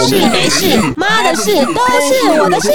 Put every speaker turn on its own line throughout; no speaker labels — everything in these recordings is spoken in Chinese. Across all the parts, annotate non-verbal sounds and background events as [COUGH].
事没事，妈的事都是我的事。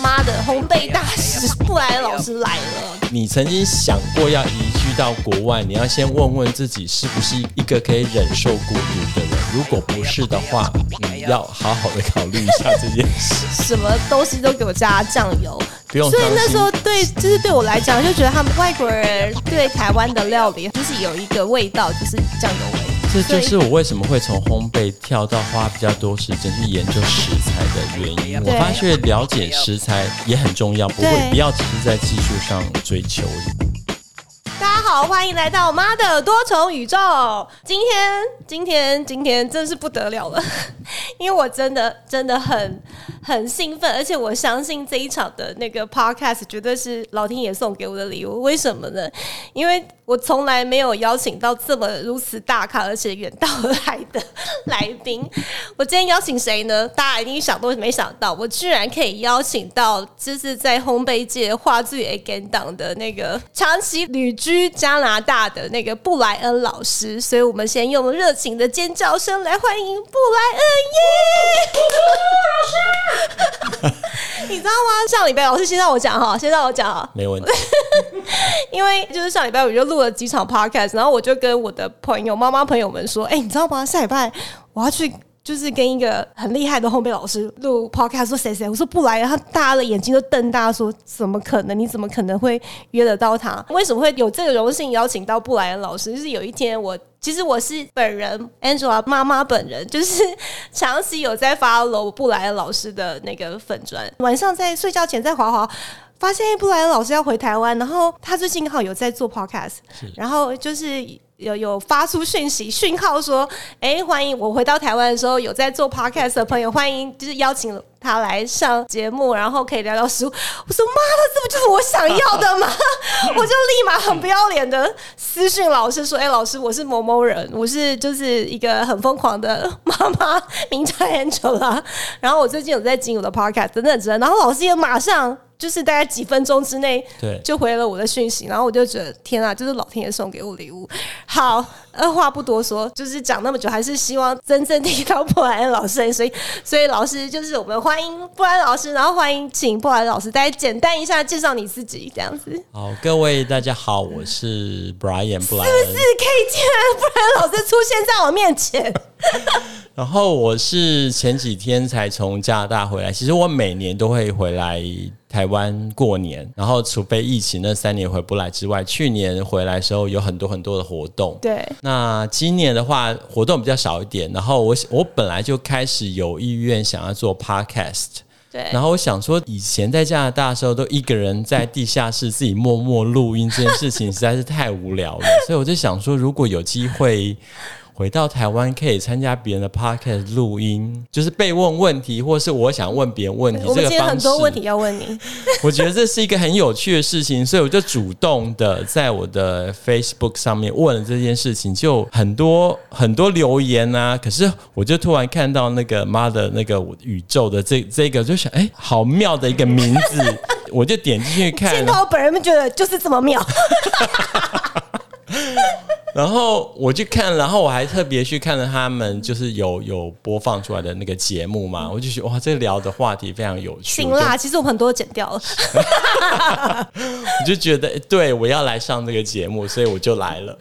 妈的，烘焙大师布莱恩老师来了。
你曾经想过要移居到国外？你要先问问自己，是不是一个可以忍受孤独的人？如果不是的话，你要好好的考虑一下这件
[LAUGHS]
事。
什么东西都给我加酱油，
不用
所以
担
那
心
时候对，就是对我来讲，就觉得他们外国人对台湾的料理就是有一个味道，就是酱油味。
这就
所
是
以
我为什么会从烘焙跳到花比较多时间去研究食材的原因。我
对
发现了解食材也很重要，不会
对
不要只是在技术上追求。
大家好，欢迎来到妈的多重宇宙。今天，今天，今天真是不得了了， [LAUGHS] 因为我真的真的很很兴奋，而且我相信这一场的那个 podcast 绝对是老天爷送给我的礼物。为什么呢？因为我从来没有邀请到这么如此大咖而且远道而来的来宾。我今天邀请谁呢？大家一定想都没想到，我居然可以邀请到，就是在烘焙界话剧 A g a n 党的那个长期旅居加拿大的那个布莱恩老师。所以我们先用热情的尖叫声来欢迎布莱恩耶！ [LAUGHS] 你知道吗？上礼拜老师先让我讲哈，先让我讲哈。
没
[LAUGHS]
问题，
因为就是上礼拜我就录了几场 podcast，然后我就跟我的朋友、妈妈朋友们说：“哎、你知道吗？下礼拜我要去。”就是跟一个很厉害的烘焙老师录 podcast，说谁谁，我说布莱恩，他大家的眼睛都瞪大，说怎么可能？你怎么可能会约得到他？为什么会有这个荣幸邀请到布莱恩老师？就是有一天我其实我是本人 Angela 妈妈本人，就是长期有在发 o 布莱恩老师的那个粉砖，晚上在睡觉前在滑滑。发现布莱恩老师要回台湾，然后他最近刚好有在做 podcast，然后就是有有发出讯息讯号说，哎、欢迎我回到台湾的时候有在做 podcast 的朋友，欢迎就是邀请他来上节目，然后可以聊聊食物。我说妈的，这不就是我想要的吗？ [LAUGHS] 我就立马很不要脸的私讯老师说，哎、老师，我是某某人，我是就是一个很疯狂的妈妈，名叫 Angela，然后我最近有在经营我的 podcast 等等之类，然后老师也马上。就是大概几分钟之内，
对
就回了我的讯息，然后我就觉得天啊，就是老天爷送给我礼物。好，二话不多说，就是讲那么久，还是希望真正听到布莱恩老师，所以 [LAUGHS] 所以老师就是我们欢迎布莱恩老师，然后欢迎请布莱恩老师再简单一下介绍你自己，这样子。
好，各位大家好，我是 Brian 布莱
是不
恩
是，可以竟然布莱恩老师出现在我
[LAUGHS]
面前？
然后我是前几天才从加拿大回来，其实我每年都会回来台湾过年，然后除非疫情那三年回不来之外，去年回来的时候有很多很多的活动，
对，
那今年的话，活动比较少一点。然后我我本来就开始有意愿想要做 podcast。
对
然后我想说，以前在加拿大的时候，都一个人在地下室自己默默录音，这件事情实在是太无聊了。所以我就想说，如果有机会回到台湾，可以参加别人的 podcast 录音，就是被问问题，或是我想问别人问题，
我们
这个
今天很
方式
多问题要问你。
[LAUGHS] 我觉得这是一个很有趣的事情，所以我就主动的在我的 Facebook 上面问了这件事情，就很多很多留言啊。可是我就突然看到那个妈的那个宇宙的这这个，就想哎、好妙的一个名字， [LAUGHS] 我就点进去看
现在，我本人觉得就是这么妙，
然后我去看，然后我还特别去看了他们就是有有播放出来的那个节目嘛，
嗯
我就觉得哇，这聊的话题非常有趣，
行
我就
啦，其实我很多剪掉了。 [LAUGHS]
我就觉得诶对我要来上这个节目，所以我就来
[LAUGHS]
了。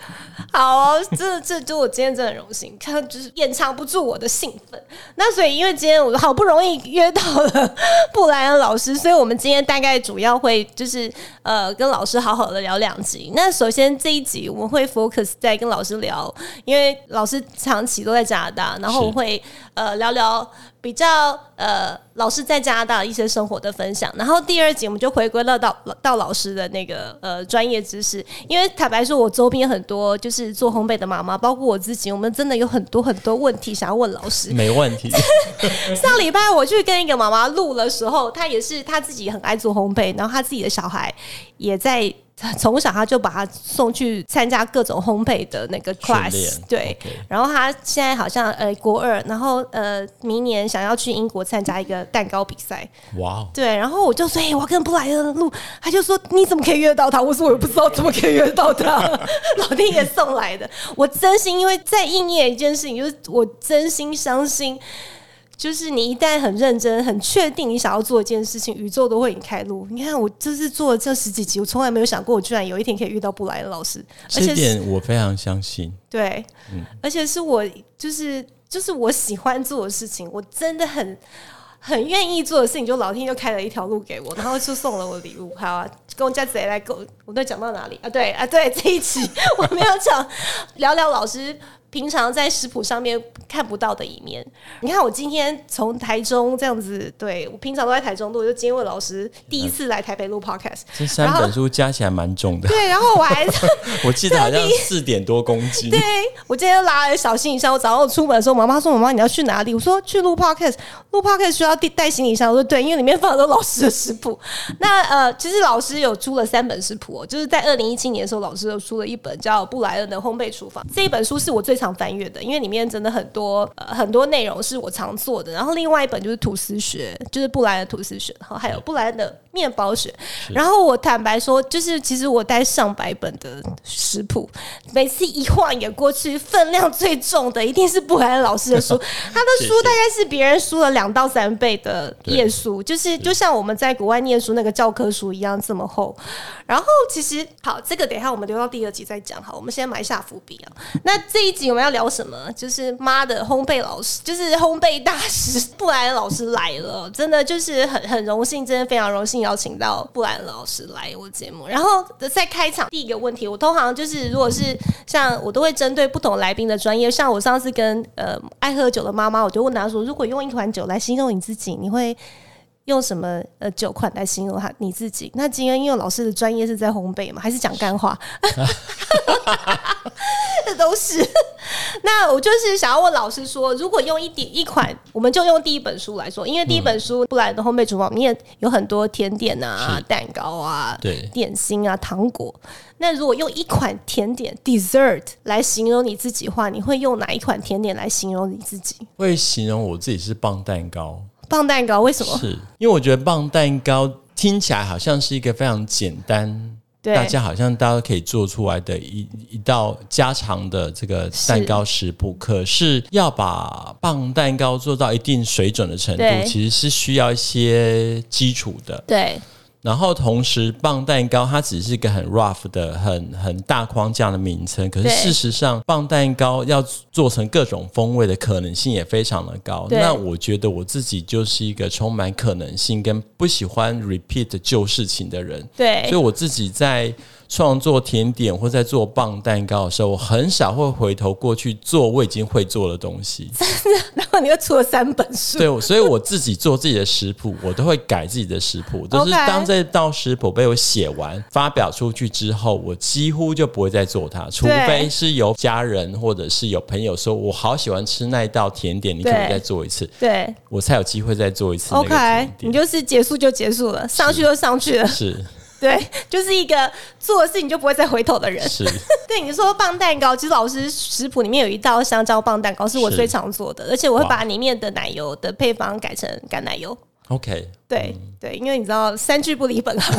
好、哦，这这就我今天真的很荣幸，看就是掩藏不住我的兴奋。那所以因为今天我好不容易约到了布莱恩老师，所以我们今天大概主要会就是呃跟老师好好的聊两集。那首先这一集我们会 focus 在跟老师聊，因为老师长期都在加拿大，然后我
是
会呃聊聊比较呃老师在加拿大的一些生活的分享。然后第二集我们就回归到到到老师的那个呃专业知识，因为坦白说，我周边很多就是做烘焙的妈妈，包括我自己，我们真的有很多很多问题想要问老师。
没问
[LAUGHS]
题。
上礼拜我去跟一个妈妈录的时候，她也是她自己很爱做烘焙，然后她自己的小孩也在从小她就把她送去参加各种烘焙的那个
训
class，
练
对
OK
然后她现在好像呃国二，然后呃明年想要去英国参加一个蛋糕比赛，
哇哦！
对，然后我就说，哎、我要跟布莱恩录，他就说你怎么可以约到他？我说我也不知道怎么可以约到他， [LAUGHS] 老天爷送来的。我真心因为在应验一件事情，就是我真心相信。就是你一旦很认真、很确定你想要做一件事情，宇宙都会给你开路。你看，我这次做了这十几集，我从来没有想过，我居然有一天可以遇到布莱恩老师，而
这
且是
点我非常相信。
对，而且是我就是就是我喜欢做的事情，我真的很。很愿意做的事情，就老天就开了一条路给我，然后就送了我礼物。好啊，跟我家贼来跟我，我都讲到哪里啊？对啊，对 [LAUGHS] 这一集我没有讲，聊聊老师平常在食谱上面看不到的一面。你看，我今天从台中这样子，对我平常都在台中录，就今天为老师第一次来台北录 podcast，
[LAUGHS] 这三本书加起来蛮重的，
[LAUGHS] 对，然后我还
我记得好像四点多公斤
对。我今天拉了小行李箱，我早上我出门的时候，妈妈说：“妈妈，你要去哪里？”我说：“去录 podcast，录 podcast 需要带带行李箱。”我说：“对，因为里面放的都是老师的食谱。 [LAUGHS] 那”呃，其实老师有出了三本食谱、哦，就是在二零一七年的时候，老师有出了一本叫《布莱恩的烘焙厨房》这一本书是我最常翻阅的，因为里面真的很多、呃、很多内容是我常做的。然后另外一本就是吐司学，就是布莱恩吐司学，然后还有布莱恩的面包学。然后我坦白说，就是其实我带上百本的食谱，每次一晃眼过去，分量最重的一定是布莱恩老师
[LAUGHS]
的书，他的书
谢谢
大概是别人书的两到三倍的页数，就是就像我们在国外念书那个教科书一样这么厚。然后其实好，这个等一下我们留到第二集再讲好，我们先埋下伏笔啊。那这一集我们要聊什么？就是妈的烘焙老师，就是烘焙大师布莱恩老师来了，真的就是很很荣幸，真的非常荣幸邀请到布莱恩老师来我节目。然后在开场第一个问题，我通常就是如果是像我都会针对不同来宾的专业，像我上次跟呃爱喝酒的妈妈，我就问她说，如果用一款酒来形容你自己，你会用什么呃酒款来形容他你自己？那今天因为老师的专业是在烘焙嘛，还是讲
[LAUGHS]
干话？这都是。那我就是想要问老师说，如果用一点一款，我们就用第一本书来说，因为第一
嗯
本书《布莱恩的烘焙厨房》里面有很多甜点啊
是、
蛋糕啊、
对
点心啊、糖果。那如果用一款甜点 dessert 来形容你自己的话，你会用哪一款甜点来形容你自己？
会形容我自己是棒蛋糕，
棒蛋糕为什么？
是因为我觉得棒蛋糕听起来好像是一个非常简单，
对
大家好像大家可以做出来的一一道家常的这个蛋糕食谱，可是要把棒蛋糕做到一定水准的程度
对，
其实是需要一些基础的。
对
然后同时，棒蛋糕它只是一个很 rough 的、很很大框架的名称，可是
对
事实上，棒蛋糕要做成各种风味的可能性也非常的高。
对
那我觉得我自己就是一个充满可能性跟不喜欢 repeat 旧事情的人，
对，
所以我自己在创作甜点或在做棒蛋糕的时候，我很少会回头过去做我已经会做的东西。
[LAUGHS] 然后你又出了三本书，
对，所以我自己做自己的食谱，我都会改自己的食谱。就是
OK
当这道食谱被我写完、发表出去之后，我几乎就不会再做它，除
对
非是有家人或者是有朋友说我好喜欢吃那一道甜点，你可不可以
对
再做一次？
对
我才有机会再做一次那个
OK，
甜点。
你就是结束就结束了，上去就上
[LAUGHS]
去了，
是
对，就是一个做了事情就不会再回头
[LAUGHS]
的人。
是，
对，你说棒蛋糕，其实老师食谱里面有一道香蕉棒蛋糕是我
是
最常做的，而且我会
哇
把里面的奶油的配方改成橄榄油。
OK，
对
嗯
对，因为你知道三句不离本
[LAUGHS]
行，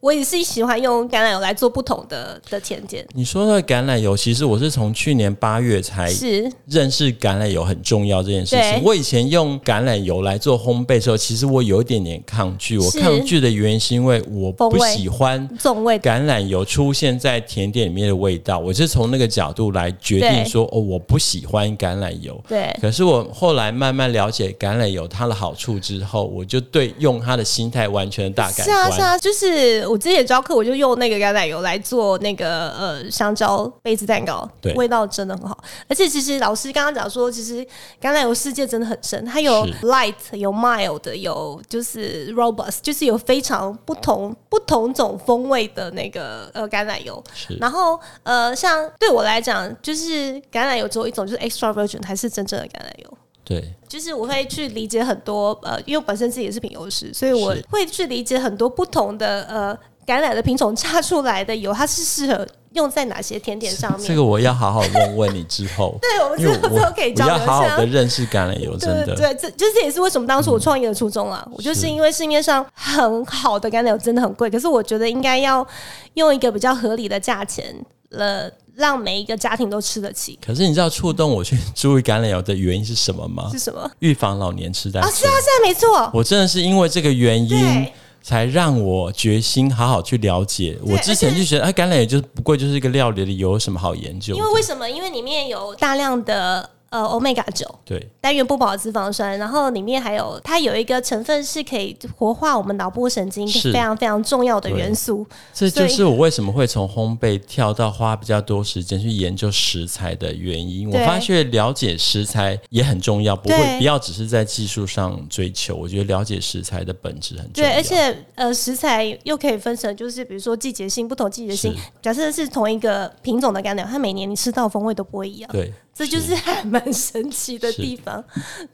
我也是喜欢用橄榄油来做不同的的甜点。
你说的橄榄油，其实我是从去年八月才
是
认识橄榄油很重要这件事
对
情。我以前用橄榄油来做烘焙的时候，其实我有一点点抗拒。我
是
抗拒的原因是因为我
风
不
味
喜欢
重味
橄榄油出现在甜点里面的味道，我是从那个角度来决定
对
说，哦，我不喜欢橄榄油。
对
可是我后来慢慢了解橄榄油它的好处之后，我就对用它的心态完全大改
是啊
观。
是啊，就是我之前教课，我就用那个橄榄油来做那个呃香蕉杯子蛋糕，
对
味道真的很好。而且其实老师刚刚讲说，其实橄榄油世界真的很深，它有
是
light，有 mild，有就是 robust，就是有非常不同不同种风味的那个呃橄榄油。
是
然后呃，像对我来讲，就是橄榄油只有一种，就是 extra virgin 才是真正的橄榄油。
对，
就是我会去理解很多呃，因为我本身自己也是品油师，所以我会去理解很多不同的呃橄榄的品种榨出来的油，它是适合用在哪些甜点上面。。
这个我要好好问问你之后
对， [LAUGHS] 我们
因
之
为
后
我
都可以
我
交
要
流一
好好
下
的。认识橄榄油，真
对
的
对，这这这也是为什么当初我创业的初衷啦。我就是因为市面上很好的橄榄油真的很贵，可是我觉得应该要用一个比较合理的价钱了呃让每一个家庭都吃得起，
可是你知道触动我去注意橄榄油的原因是什么吗
是？什么？
预防老年痴呆
啊，是
症
啊，。是啊，没错。
啊我真的是因为这个原因
对，
才让我决心好好去了解。我之前就觉得，哎、橄榄油就是不过就是一个料理的油，有什么好研究
因？为为什么？因为里面有大量的呃 omega 九。
对，
单元不饱和脂肪酸，然后里面还有它有一个成分是可以活化我们脑波神经，
是
非常非常重要的元素。
这
所以
就是我为什么会从烘焙跳到花比较多时间去研究食材的原因。我
对
发觉了解食材也很重要，不会
对
不要只是在技术上追求。我觉得了解食材的本质很重要。
对，而且呃，食材又可以分成，就是比如说季节性不同季节性
是，
假设是同一个品种的干粮，它每年你吃到的风味都不会一样，
对，
这就是还蛮神奇的地方。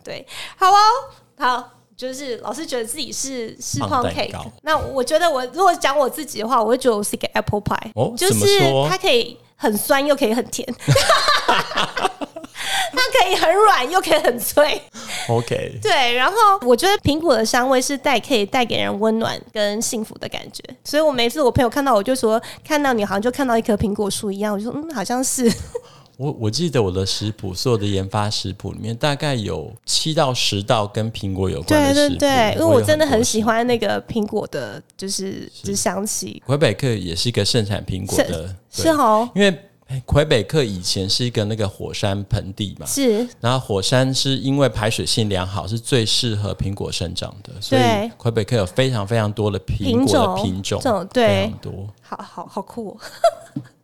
对，好哦，好，就是老师觉得自己是是
胖
pound
蛋
cake，
糕
那我觉得我如果讲我自己的话，我会觉得我是一个 apple pie，、
哦
就
怎么
是
说
它可以很酸又可以很甜， [LAUGHS] 它可以很软又可以很脆。
OK，
对，然后我觉得苹果的香味是带可以带给人温暖跟幸福的感觉，所以我每次我朋友看到我就说，看到你好像就看到一棵苹果树一样，我就说嗯，好像是，
我我记得我的食谱，所有的研发食谱里面大概有七到十道跟苹果有关
对
的食谱。
对对，因为我
有
真的
多
很喜
食谱。
欢那个苹果的，就是就是香气，
魁北克也是一个盛产苹果的，
是
对
哦，
因为哎魁北克以前是一个那个火山盆地嘛，
是
然后火山是因为排水性良好，是最适合苹果生长的，所以
对
魁北克有非常非常多的苹果
品
的
种
品种，
这种
非
对
常，多。
好好好酷、哦。 [LAUGHS]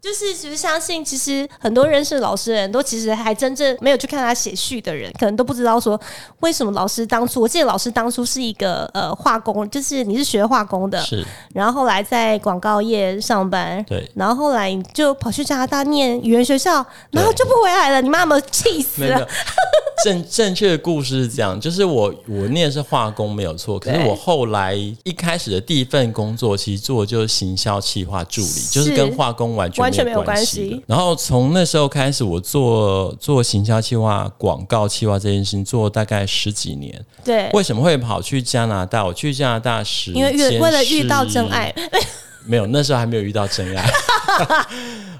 就是其实相信，其实很多认识老师的人都其实还真正没有去看他写序的人，可能都不知道说为什么老师当初，我记得老师当初是一个呃化工，就是你是学化工的，
是
然后后来在广告业上班，
对，
然后后来你就跑去加拿大念语言学校，然后就不回来了，你妈妈气死
没有没
了
有， [LAUGHS] 正正确的故事是这样，就是我我念是化工没有错，可是
对
我后来一开始的第一份工作，其实做的就是行销企划助理，就是
是
跟化工完全
完全没有
关
关
系
系
的。然后从那时候开始，我做做行销企划、广告企划这件事情，做了大概十几年。
对，
为什么会跑去加拿大？我去加拿大时，
因为遇为了遇到真爱，，
没有，那时候还没有遇到真爱。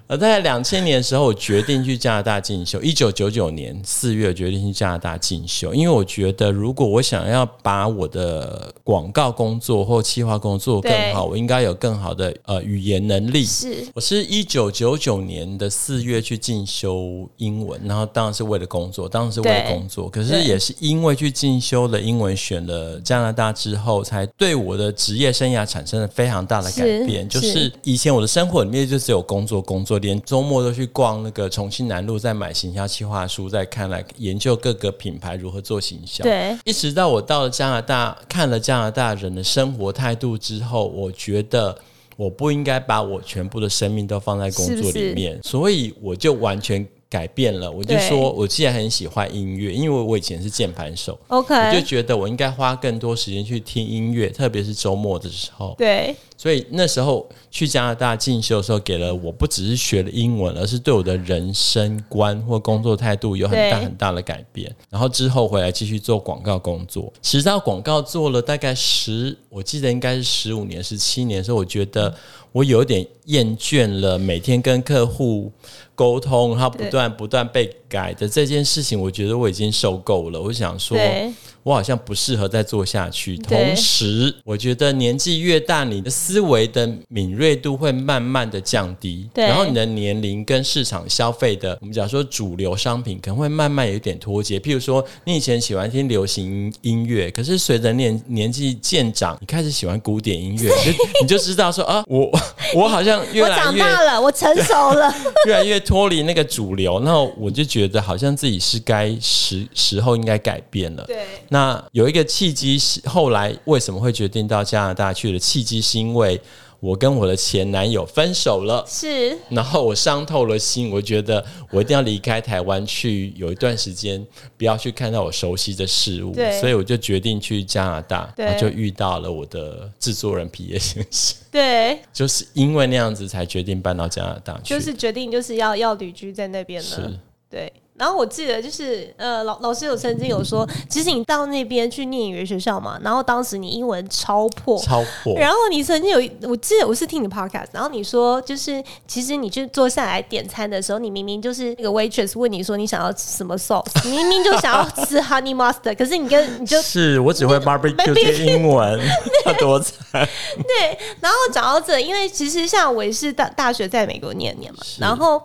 我在两千年的时候，我决定去加拿大进修。一九九九年四月，决定去加拿大进修，因为我觉得如果我想要把我的广告工作或企划工作更好，我应该有更好的呃语言能力。
是
我是一九九九年的四月去进修英文，然后当然是为了工作，当然是为了
对
工作。可是
对
也是因为去进修了英文，选了加拿大之后，才对我的职业生涯产生了非常大的改变。
是
就是
是
以前我的生活里面就只有工作，工作，连周末都去逛那个重庆南路，在买行销企划书，在看来研究各个品牌如何做行销。
对。
一直到我到了加拿大，看了加拿大人的生活态度之后，我觉得我不应该把我全部的生命都放在工作里面，所以我就完全改变了。我就
对
说，我既然很喜欢音乐，因为我以前是键盘手，我就
OK，
觉得我应该花更多时间去听音乐，特别是周末的时候。
对，
所以那时候去加拿大进修的时候，给了我不只是学了英文，而是对我的人生观或工作态度有很大
对
很大的改变。然后之后回来继续做广告工作，直到广告做了大概十，我记得应该是十五年、十七年的时候，我觉得我有点厌倦了每天跟客户沟通，然后不
对
断不断被改的这件事情，我觉得我已经受够了。我想说，
对，
我好像不适合再做下去。
对
同时，我觉得年纪越大，你的思维的敏锐度会慢慢的降低，
对
然后你的年龄跟市场消费的，我们讲说主流商品可能会慢慢有点脱节。譬如说，你以前喜欢听流行音乐，可是随着年年纪渐长，你开始喜欢古典音乐，你就你就知道说啊，
[LAUGHS]
我我好像越
我
来
长
越
大了，我成
[LAUGHS]
熟了，
越来越脱离那个主流，那我就觉得好像自己是该时时候应该改变了。
对，
那有一个契机是后来为什么会决定到加拿大去的契机，是因为我跟我的前男友分手了。
是
然后我伤透了心，我觉得我一定要离开台湾去有一段时间，不要去看到我熟悉的事物
对，
所以我就决定去加拿大，
对
然后就遇到了我的制作人皮耶先生， [LAUGHS]
对，
就是因为那样子才决定搬到加拿大去，
就是决定就是要要旅居在那边
是
了，对。然后我记得就是呃，老老师有曾经有说，其实你到那边去念语言学校嘛，然后当时你英文超破，
超火，
然后你曾经有一，我记得我是听你 podcast，然后你说就是，其实你去坐下来点餐的时候，你明明就是那个 waitress 问你说你想要吃什么 sauce，你明明就想要吃 honey mustard，可是你跟你就是
我只会 barbecue 这些英 [LAUGHS] 文，要多惨。
对，然后讲到这，因为其实像我也是大大学在美国念念嘛，然后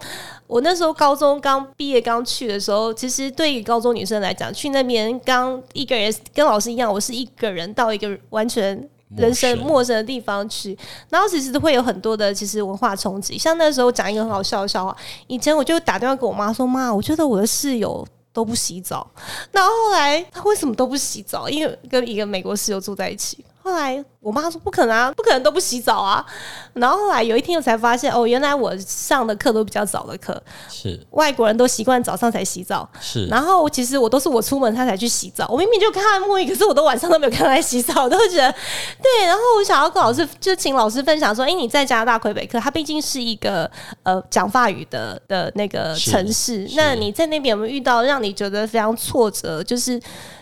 我那时候高中刚毕业刚去的时候，其实对于高中女生来讲，去那边刚一个人跟老师一样，我是一个人到一个完全。人生
陌生
陌生的地方去，然后其实会有很多的其实文化冲击。像那时候讲一个很好笑的笑话，以前我就打电话给我妈说：“妈，我觉得我的室友都不洗澡。”然后后来她为什么都不洗澡？因为跟一个美国室友住在一起。后来我妈说：“不可能啊，不可能都不洗澡啊。”然后后来有一天我才发现，哦，原来我上的课都比较早的课，
是
外国人都习惯早上才洗澡。
是，
然后其实我都是我出门他才去洗澡，我明明就看他沐浴，可是我都晚上都没有看他洗澡，我都觉得对。然后我想要跟老师，就请老师分享说，哎，你在加拿大魁北克，它毕竟是一个呃讲法语的的那个
是
城市，
是
那你在那边有没有遇到让你觉得非常挫折，就是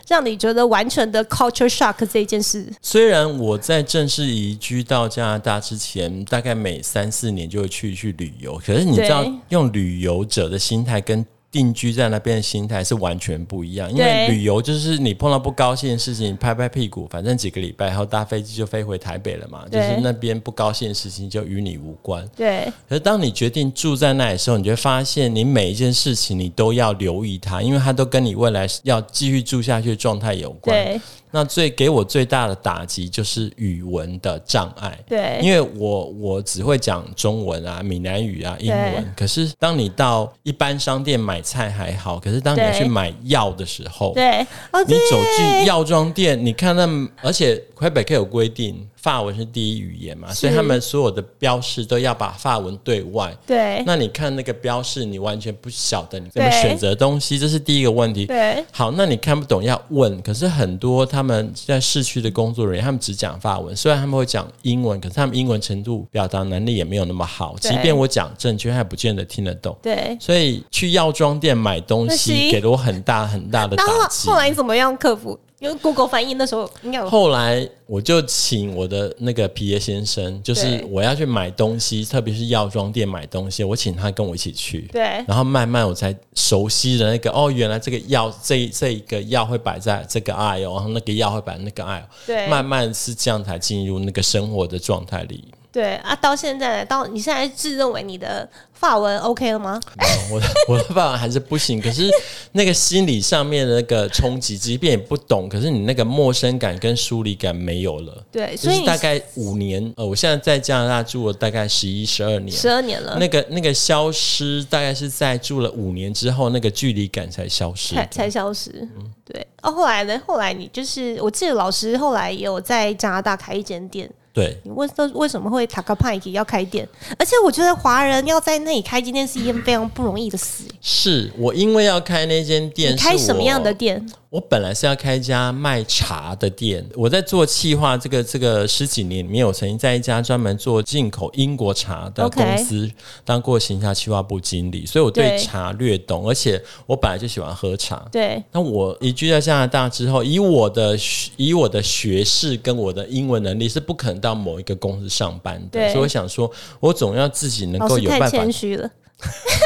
让你觉得完全的 culture shock 这一件事？
虽然我在正式移居到加拿大之前，大概每三四年就会去一去旅游，可是你知道
对，
用旅游者的心态跟定居在那边的心态是完全不一样，因为
对
旅游就是你碰到不高兴的事情，拍拍屁股，反正几个礼拜后搭飞机就飞回台北了嘛，就
对
是那边不高兴的事情就与你无关。
对
可是当你决定住在那里的时候，你就会发现你每一件事情你都要留意它，因为它都跟你未来要继续住下去的状态有关。
对
那最给我最大的打击就是语文的障碍。
对
因为我我只会讲中文啊、闽南语啊、英
对
文，可是当你到一般商店买菜还好，可是当你要
对
去买药的时候，
对，哦
你
对
走进药妆店，你看那，而且魁北克有规定，法文是第一语言嘛，
是
所以他们所有的标示都要把法文对外。
对
那你看那个标示，你完全不晓得你怎么
对
选择东西，这是第一个问题。
对
好，那你看不懂要问，可是很多他们在市区的工作人员，他们只讲法文，虽然他们会讲英文，可是他们英文程度表达能力也没有那么好，
对
即便我讲正确，他也不见得听得懂。
对。
所以去药妆店买东
那
西，
行
给了我很大很大的
然后
打击
后。来你怎么样克服？因为 Google 翻译那时候应该有
后来我就请我的那个皮耶先生，就是
对
我要去买东西，特别是药妆店买东西，我请他跟我一起去。
对
然后慢慢我才熟悉了那个哦，原来这个药这一这一个药会摆在这个 i 哦，然后那个药会摆在那个 i 哦，
对
慢慢是这样才进入那个生活的状态里。
对啊，到现在到你现在自认为你的法文 OK 了吗？
然后我的 [LAUGHS] 我的爸爸还是不行，可是那个心理上面的那个冲击，即便你不懂，可是你那个陌生感跟疏离感没有了。
对，
就
所以
是
你
大概五年，呃，我现在在加拿大住了大概十一、十二年，
十二年了，
那个那个消失大概是在住了五年之后，那个距离感才消失
才
的。
才消失。
嗯
对，哦，后来呢？后来你就是，我记得老师后来也有在加拿大开一间店。
对，
你为都为什么会塔克派克要开店？而且我觉得华人要在那里开间店是一件非常不容易的事。
是我因为要开那间店，
你开
是
什么样的
我？
店？
我本来是要开一家卖茶的店。我在做企划这个这个十几年里面，我曾经在一家专门做进口英国茶的
OK
公司当过行销企划部经理，所以我对
对
茶略懂，而且我本来就喜欢喝茶。
对
那我移居到加拿大之后，以我的以我的学识跟我的英文能力是不可能到某一个公司上班的，
对
所以我想说，我总要自己能
老
够
师
有
太
办法
谦虚了，
[LAUGHS]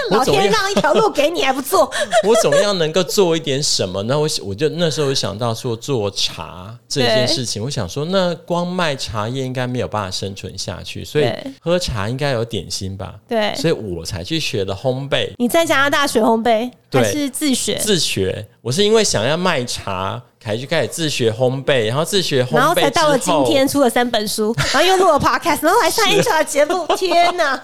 我
老
总
天
要
让一条路给你还
[LAUGHS]
不做。
我总要能够做一点什么。那我我就那时候有想到说做茶这件事情，我想说那光卖茶叶应该没有办法生存下去，所以
对
喝茶应该有点心吧。
对，
所以我才去学了烘焙
你在加拿大学烘焙
对
还是自学？
自学。我是因为想要卖茶，才去开始自学烘焙，然后自学烘焙
然后才到了
之
今
后
天，出了三本书，然后又录了 podcast，然后还上 HR 节目，天哪，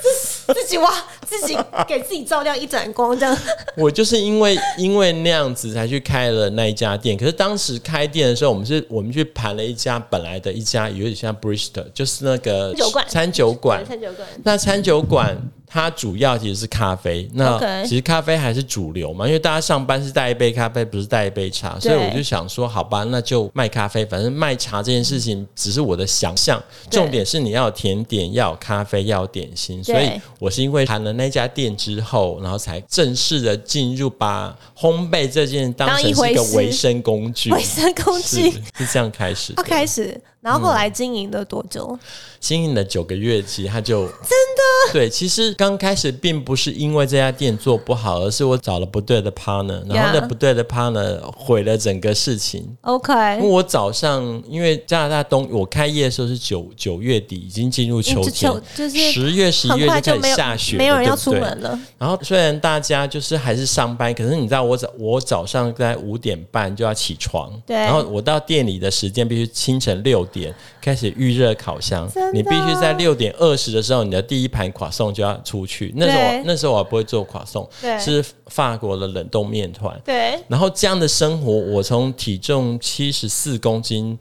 自自己挖，自己给自己照亮一盏光， [LAUGHS] 这样
[LAUGHS] 我就是因为因为那样子才去开了那一家店。可是当时开店的时候，我们是我们去盘了一家本来的一家有点像 Bristol，就是那个
酒馆
餐酒馆，
三九个人，
那餐酒馆它主要其实是咖啡。那
OK
其实咖啡还是主流嘛，因为大家上班是带一杯咖啡，不是带一杯茶，所以我就想说，好吧，那就卖咖啡。反正卖茶这件事情只是我的想象，
对
重点是你要有甜点，要有咖啡，要有点心。所以
对
我是因为谈了那家店之后，然后才正式的进入把烘焙这件当
当
成是
一回
一个
事
维生工具。
卫生工
嗯是嗯
具。
是这样开始的
要。开始，然后后来经营了多久？
经营了九个月，其实他就真的对。其实刚开始并不是因为这家店做不好，而是我找了不对的 partner，然后
Yeah
那不对的 partner 毁了整个事情。
OK，
因为我早上，因为加拿大冬，我开业的时候是九九月底，已经进入秋
嗯就
天
秋，就是
十月、十一
很
月
快
开始
没有
下雪了，
没有人要
对不
出
对
门了。
然后虽然大家就是还是上班，可是你知道我早我早上在五点半就要起床，
对
然后我到店里的时间必须清晨六点开始预热烤箱
真的，
你必须在六点二十的时候，你的第一盘垮送就要出去。那时候
对
我那时候我还不会做垮送
对，
是法国的冷冻面团。
对，
然后这样的生活，我从体重七十四公斤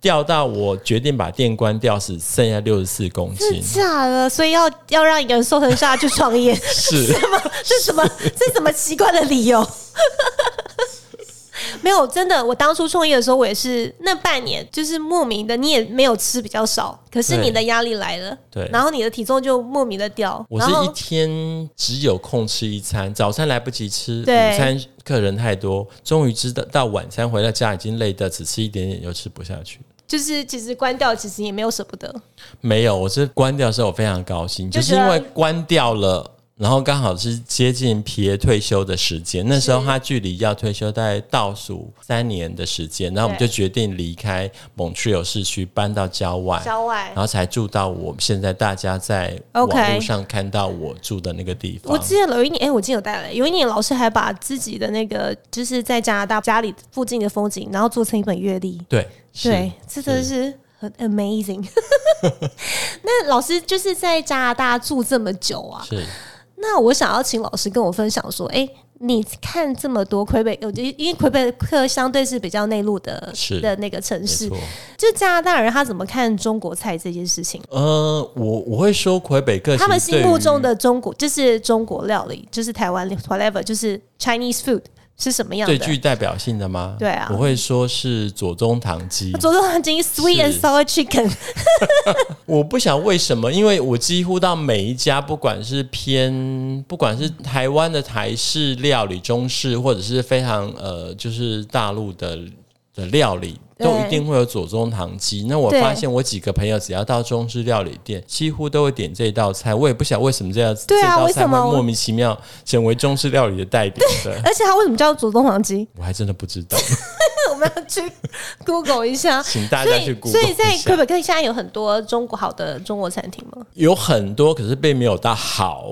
掉到我决定把店关掉时剩下六十四公斤，
是假的，所以要要让一个人瘦成下去创业，
是。
[LAUGHS] 什么？这什么？这什么奇怪的理由？ [LAUGHS] 没有，真的，我当初创业的时候，我也是那半年，就是莫名的，你也没有吃比较少，可是
对
你的压力来了，
对
然后你的体重就莫名的掉，
我
然
是一
后
天只有空吃一餐，早餐来不及吃，午
对
餐客人太多，终于知道到晚餐回到家已经累得只吃一点点又吃不下去。
就是其实关掉，其实也没有舍不得，
没有，我是关掉的时候我非常高兴，
就
就是
觉得
因为关掉了。然后刚好是接近皮耶退休的时间，那时候他距离要退休大概倒数三年的时间，然后我们就
对
决定离开蒙特利尔市区，搬到郊外，
郊外
然。后才住到我们现在大家在网
OK
络上看到我住的那个地方。
我记得有一年，哎、我记得有带来。有一年，老师还把自己的那个，就是在加拿大家里附近的风景，然后做成一本阅历。
对，是
对，这真的是很 amazing。那老师就是在加拿大住这么久啊，
是
那我想要请老师跟我分享说，哎、你看这么多魁北，我觉得因为魁北克相对是比较内陆的
是
的那个城市
没，错。
就加拿大人他怎么看中国菜这件事情？
呃，我我会说魁北克，
他们心目中的中国就是中国料理，就是台湾 whatever，就是 Chinese food 是什么样
最
的？
具代表性的吗？
对啊
我会说是左宗棠鸡。
左宗棠鸡 sweet and
是
sour chicken，
我不想为什么，因为我几乎到每一家，不管是偏，不管
嗯
是台湾的台式料理、中式，或者是非常呃，就是大陆的的料理。都
对
一定会有左宗棠鸡。那我
对
发现我几个朋友只要到中式料理店，几乎都会点这道菜。我也不晓得为什么这道
对啊
这道
为
菜
什
会
么我
莫名其妙成为中式料理的代
[LAUGHS]
表的。
而且它为什么叫左宗棠鸡？
我还真的不知道，
[LAUGHS] 我们要去 Google 一下。
请大
所
家去
以，
Google
所以在
一下
魁北克现在有很多中国好的中国餐厅吗？
有很多，可是并没有到好。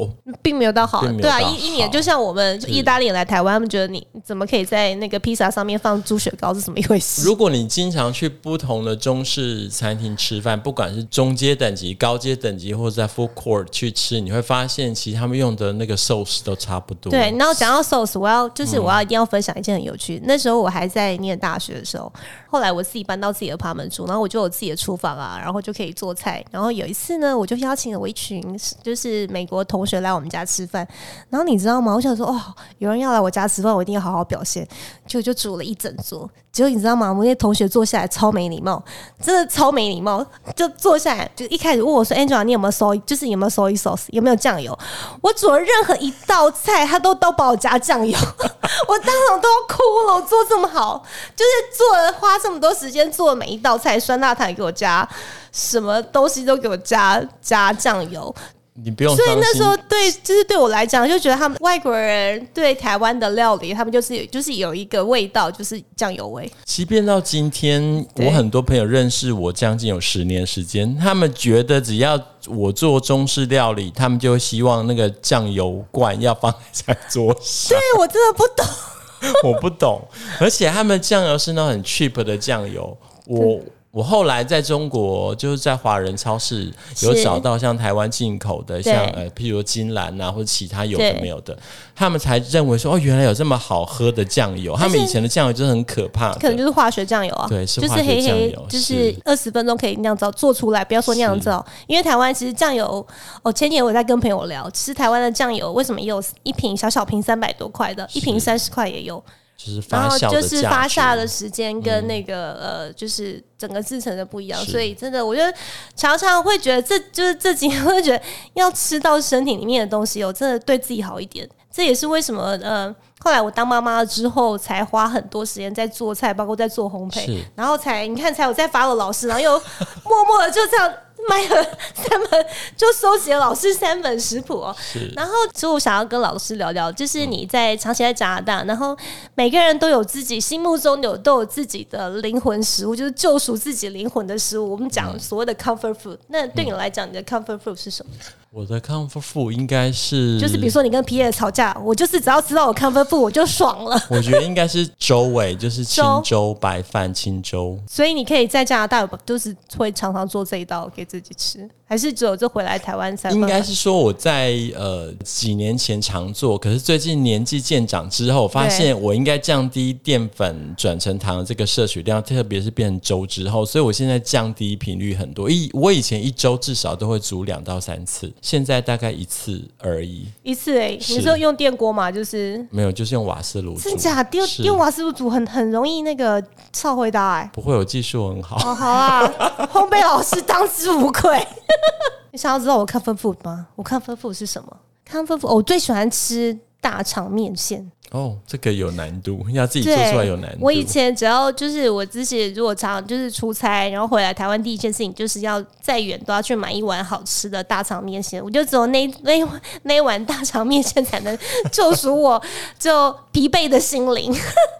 并没有到好，
并没有
对啊，
到
一一
好
年就像我们就意大利人来台湾，他们觉得你怎么可以在那个披萨上面放猪血糕是怎么一回事？
如果你经常去不同的中式餐厅吃饭，不管是中阶等级、高阶等级，或者在 food court 去吃，你会发现其实他们用的那个 sauce 都差不多。
对，，然后讲到 sauce，我要就是我要一定要分享一件很有趣。那时候我还在念大学的时候，后来我自己搬到自己的 apartment 住，然后我就有自己的厨房啊，然后就可以做菜。然后有一次呢，我就邀请了我一群就是美国同学来我们家吃饭，然后你知道吗？我想说哦，有人要来我家吃饭，我一定要好好表现，就就煮了一整桌。结果你知道吗？我那些同学坐下来超没礼貌，真的超没礼貌，就坐下来就一开始问我说：“Angela，你有没有 soy？就是有没有 soy sauce？有没有酱油？”我煮了任何一道菜，他都都把我加酱油， [LAUGHS] 我当场都要哭了。我做这么好，就是做了花这么多时间做每一道菜，酸辣汤也给我加，什么东西都给我加加酱油。
你不用
所
伤
以
心。
那时候对，就是对我来讲，就觉得他们外国人对台湾的料理，他们就是有就是有一个味道，就是酱
[LAUGHS]
油味。
即便到今天，
对
我很多朋友认识我将近有十年时间，他们觉得只要我做中式料理，他们就会希望那个酱油罐要放在桌上。
对我真的不懂，
[LAUGHS] 我不懂，而且他们酱油是那种很 cheap 的酱油，我。我后来在中国就是在华人超市有
是
找到像台湾进口的，
对
像呃，譬如金兰啊，或者其他有的
对
没有的，他们才认为说哦，原来有这么好喝的酱油。他们
而且
以前的酱油就是很可怕的，
可能就是化学酱油啊，
对是
就是
化学
黑
酱
黑
油，
就是
是
二十分钟可以酿造做出来，不要说酿造，哦因为台湾其实酱油，哦，前年我在跟朋友聊，其实台湾的酱油为什么也有一瓶小小瓶三百多块的，一瓶三十块也有，
就是
然
发
后
酵
哦
的
就是
价
发
值嗯
酵的时间跟那个、呃，就是整个制成的不一样，
是
所以真的，我就常常会觉得这就是这几年会觉得要吃到身体里面的东西，我真的对自己好一点。这也是为什么呃，后来我当妈妈了之后，才花很多时间在做菜，包括在做烘
是
焙，然后才你看才有在发了老师，然后又默默的就这样。买了三本，就收集了老师三本食谱哦。
是嗯
然后，其实我想要跟老师聊聊，就是你在长期在加拿大，然后每个人都有自己心目中有都有自己的灵魂食物，就是救赎自己灵魂的食物。我们
嗯
讲所谓的 comfort food，那对你来讲，你的 comfort food 是什么？
我的 comfort food 应该是，
就是比如，说你跟皮耶吵架，我就是只要吃到我 comfort food 我就爽了。 [LAUGHS]
我觉得应该是粥诶、就是清
粥
粥、白饭、清粥。
所以你可以在加拿大有就是会常常做这一道给自己吃，还是只有就回来台湾才
应该
是
是说我在呃几年前常做，可是最近年纪渐长之后，发现我应该降低淀粉转成糖的这个摄取量，特别是变成粥之后，所以我现在降低频率很多。一我以前一周至少都会煮两到三次，现在大概一次而已，
一次哎、
是
你说用电锅嘛，就是。
没有就是用瓦斯炉煮。
真假丢
是
用瓦斯炉煮很很容易那个超回答哎、
不会，我技术很好。
哦，好啦，烘焙老师当之无愧。 [LAUGHS] 你想要知道我看分 food 吗？我看分 food 是什么？看分 food，、哦我最喜欢吃大肠面线。
哦，这个有难度，要自己做
对，
出来有难度。
我以前只要就是我自己如果常就是出差，然后回来台湾，第一件事情就是要再远都要去买一碗好吃的大肠面线。我就只有那那那一碗大肠面线才
[LAUGHS]
能救赎我就疲惫的心灵。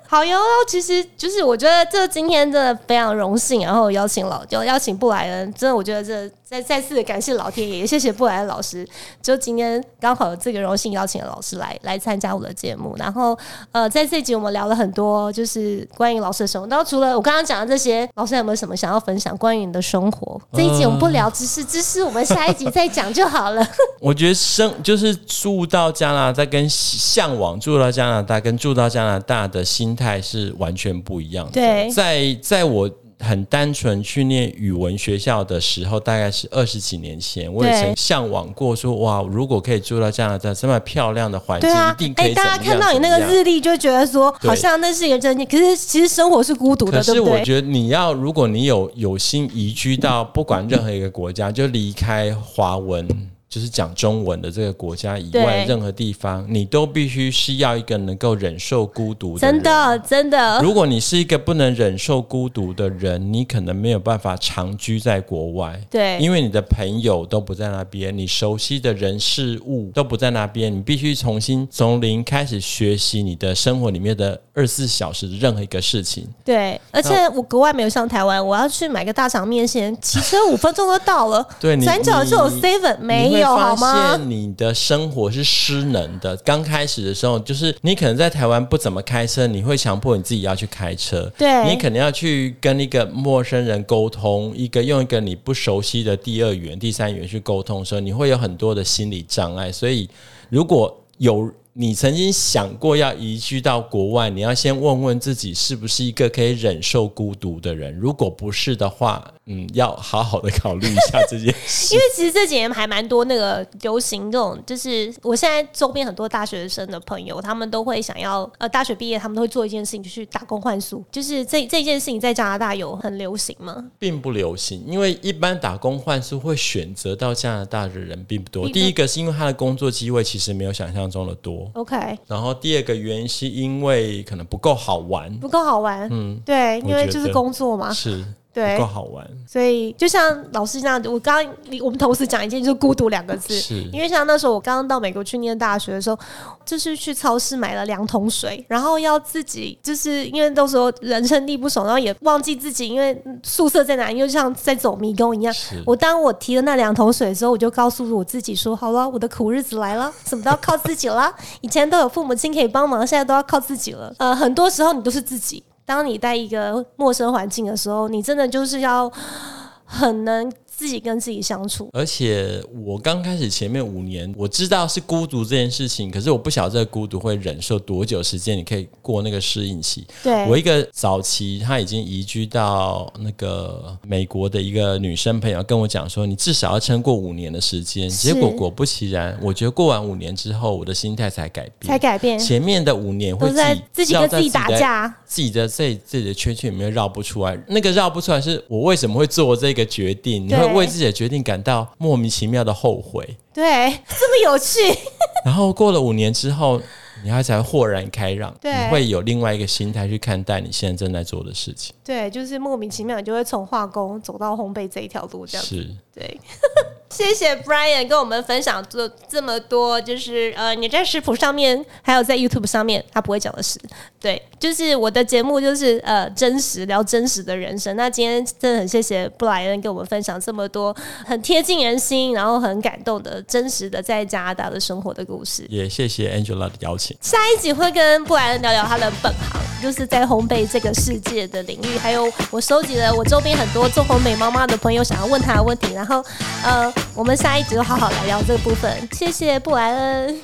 好哟，其实就是我觉得这今天真的非常荣幸，然后邀请老就邀请布莱恩，真的我觉得这再再次感谢老天爷，也谢谢布莱恩老师，就今天刚好有这个荣幸邀请老师来来参加我的节目，然后呃，在这集我们聊了很多就是关于老师的生活，然后除了我刚刚讲的这些，老师有没有什么想要分享关于你的生活？这一集我们不聊知识，知识我们下一集再讲就好了。
我觉得生就是住到加拿大跟向往住到加拿大跟住到加拿大的心态是完全不一样的。
对
在在我很单纯去念语文学校的时候，大概是二十几年前，我也
对
曾向往过说，哇，如果可以住到加拿大这么漂亮的环境，
[LAUGHS] 对啊
一定，可
哎、
以怎么
大
样。
家看到你那个
怎么样
日历，就会觉得说
对
好像那是一个真可是其实生活是孤独
可
的，对
是
不
我
对？
觉得你要，如果你有有心移居到不管任何一个国家，就离开华文。就是讲中文的这个国家以外，
对
任何地方你都必须是要一个能够忍受孤独的人。
真的，真的，
如果你是一个不能忍受孤独的人，你可能没有办法长居在国外。
对
因为你的朋友都不在那边，你熟悉的人事物都不在那边，你必须重新从零开始学习你的生活里面的二十四小时的任何一个事情。。
对，而且我国外没有上台湾，我要去买个大肠面线，骑车五分钟就到了
对你
转角就有
你
seven，没
你会
有
发
好吗？
现你的生活是失能的。刚开始的时候，就是你可能在台湾不怎么开车，你会强迫你自己要去开车。
对
你可能要去跟一个陌生人沟通，一个用一个你不熟悉的第二语言、第三语言去沟通的时候，你会有很多的心理障碍。所以，如果有你曾经想过要移居到国外，你要先问问自己是不是一个可以忍受孤独的人。如果不是的话，嗯，要好好的考虑一下这件事。
[LAUGHS] 因为其实这几年还蛮多那个流行这种，就是我现在周边很多大学生的朋友，他们都会想要呃大学毕业，他们都会做一件事情，就去打工换宿。就是这这件事情在加拿大有很流行吗？
并不流行，因为一般打工换宿会选择到加拿大的人并不多。
并不
第一个是因为他的工作机会其实没有想象中的多，
OK，
然后第二个原因是因为可能不够好玩，
不够好玩。嗯，对，
我
因为
觉
就是
得
工作嘛。
是
啊对
不够好玩。
所以就像老师这样，我刚刚我们同时讲一件就是孤独两个字，
是
因为像那时候我刚刚到美国去念大学的时候，就是去超市买了两桶水，然后要自己就是因为到时候人生地不熟，然后也忘记自己因为宿舍在哪，因为就像在走迷宫一样
是。
我当我提了那两桶水的时候，我就告诉我自己说：好了，我的苦日子来了，什么都要 [LAUGHS] 靠自己了。以前都有父母亲可以帮忙，现在都要靠自己了。呃，很多时候你都是自己。当你在一个陌生环境的时候，你真的就是要很能自己跟自己相处。
而且我刚开始前面五年，我知道是孤独这件事情，可是我不晓得这个孤独会忍受多久时间，你可以过那个适应期。
对，
我一个早期她已经移居到那个美国的一个女生朋友跟我讲说，你至少要撑过五年的时间。结
是
果果不其然，我觉得过完五年之后，我的心态才改变。
才改变，
前面的五年
都
会
是在自己跟
绕
自
在
己打
的
架。
自己的在自己的圈圈里面绕不出来，那个绕不出来是我为什么会做这个决定？你
对
会为自己的决定感到莫名其妙的后悔，
对，这么有趣，
然后过了五年之后，你还才豁然开朗，
对
你会有另外一个心态去看待你现在正在做的事情。
[LAUGHS] 对，就是莫名其妙你就会从化工走到烘焙这一条路，这样
是，
对。 [LAUGHS] 谢谢 Brian 跟我们分享这这么多，就是呃你在食谱上面，还有在 YouTube 上面他不会讲的事。对，就是我的节目就是呃真实聊真实的人生。那今天真的很谢谢布莱恩跟我们分享这么多很贴近人心，然后很感动的真实的在加拿大的生活的故事。
也谢谢 Angela 的邀请。
下一集会跟布莱恩聊聊他的本行，就是在烘焙这个世界的领域，还有我收集了我周边很多做烘焙妈妈的朋友想要问他的问题，然后呃，我们下一集就好好来聊这个部分。谢谢布莱恩。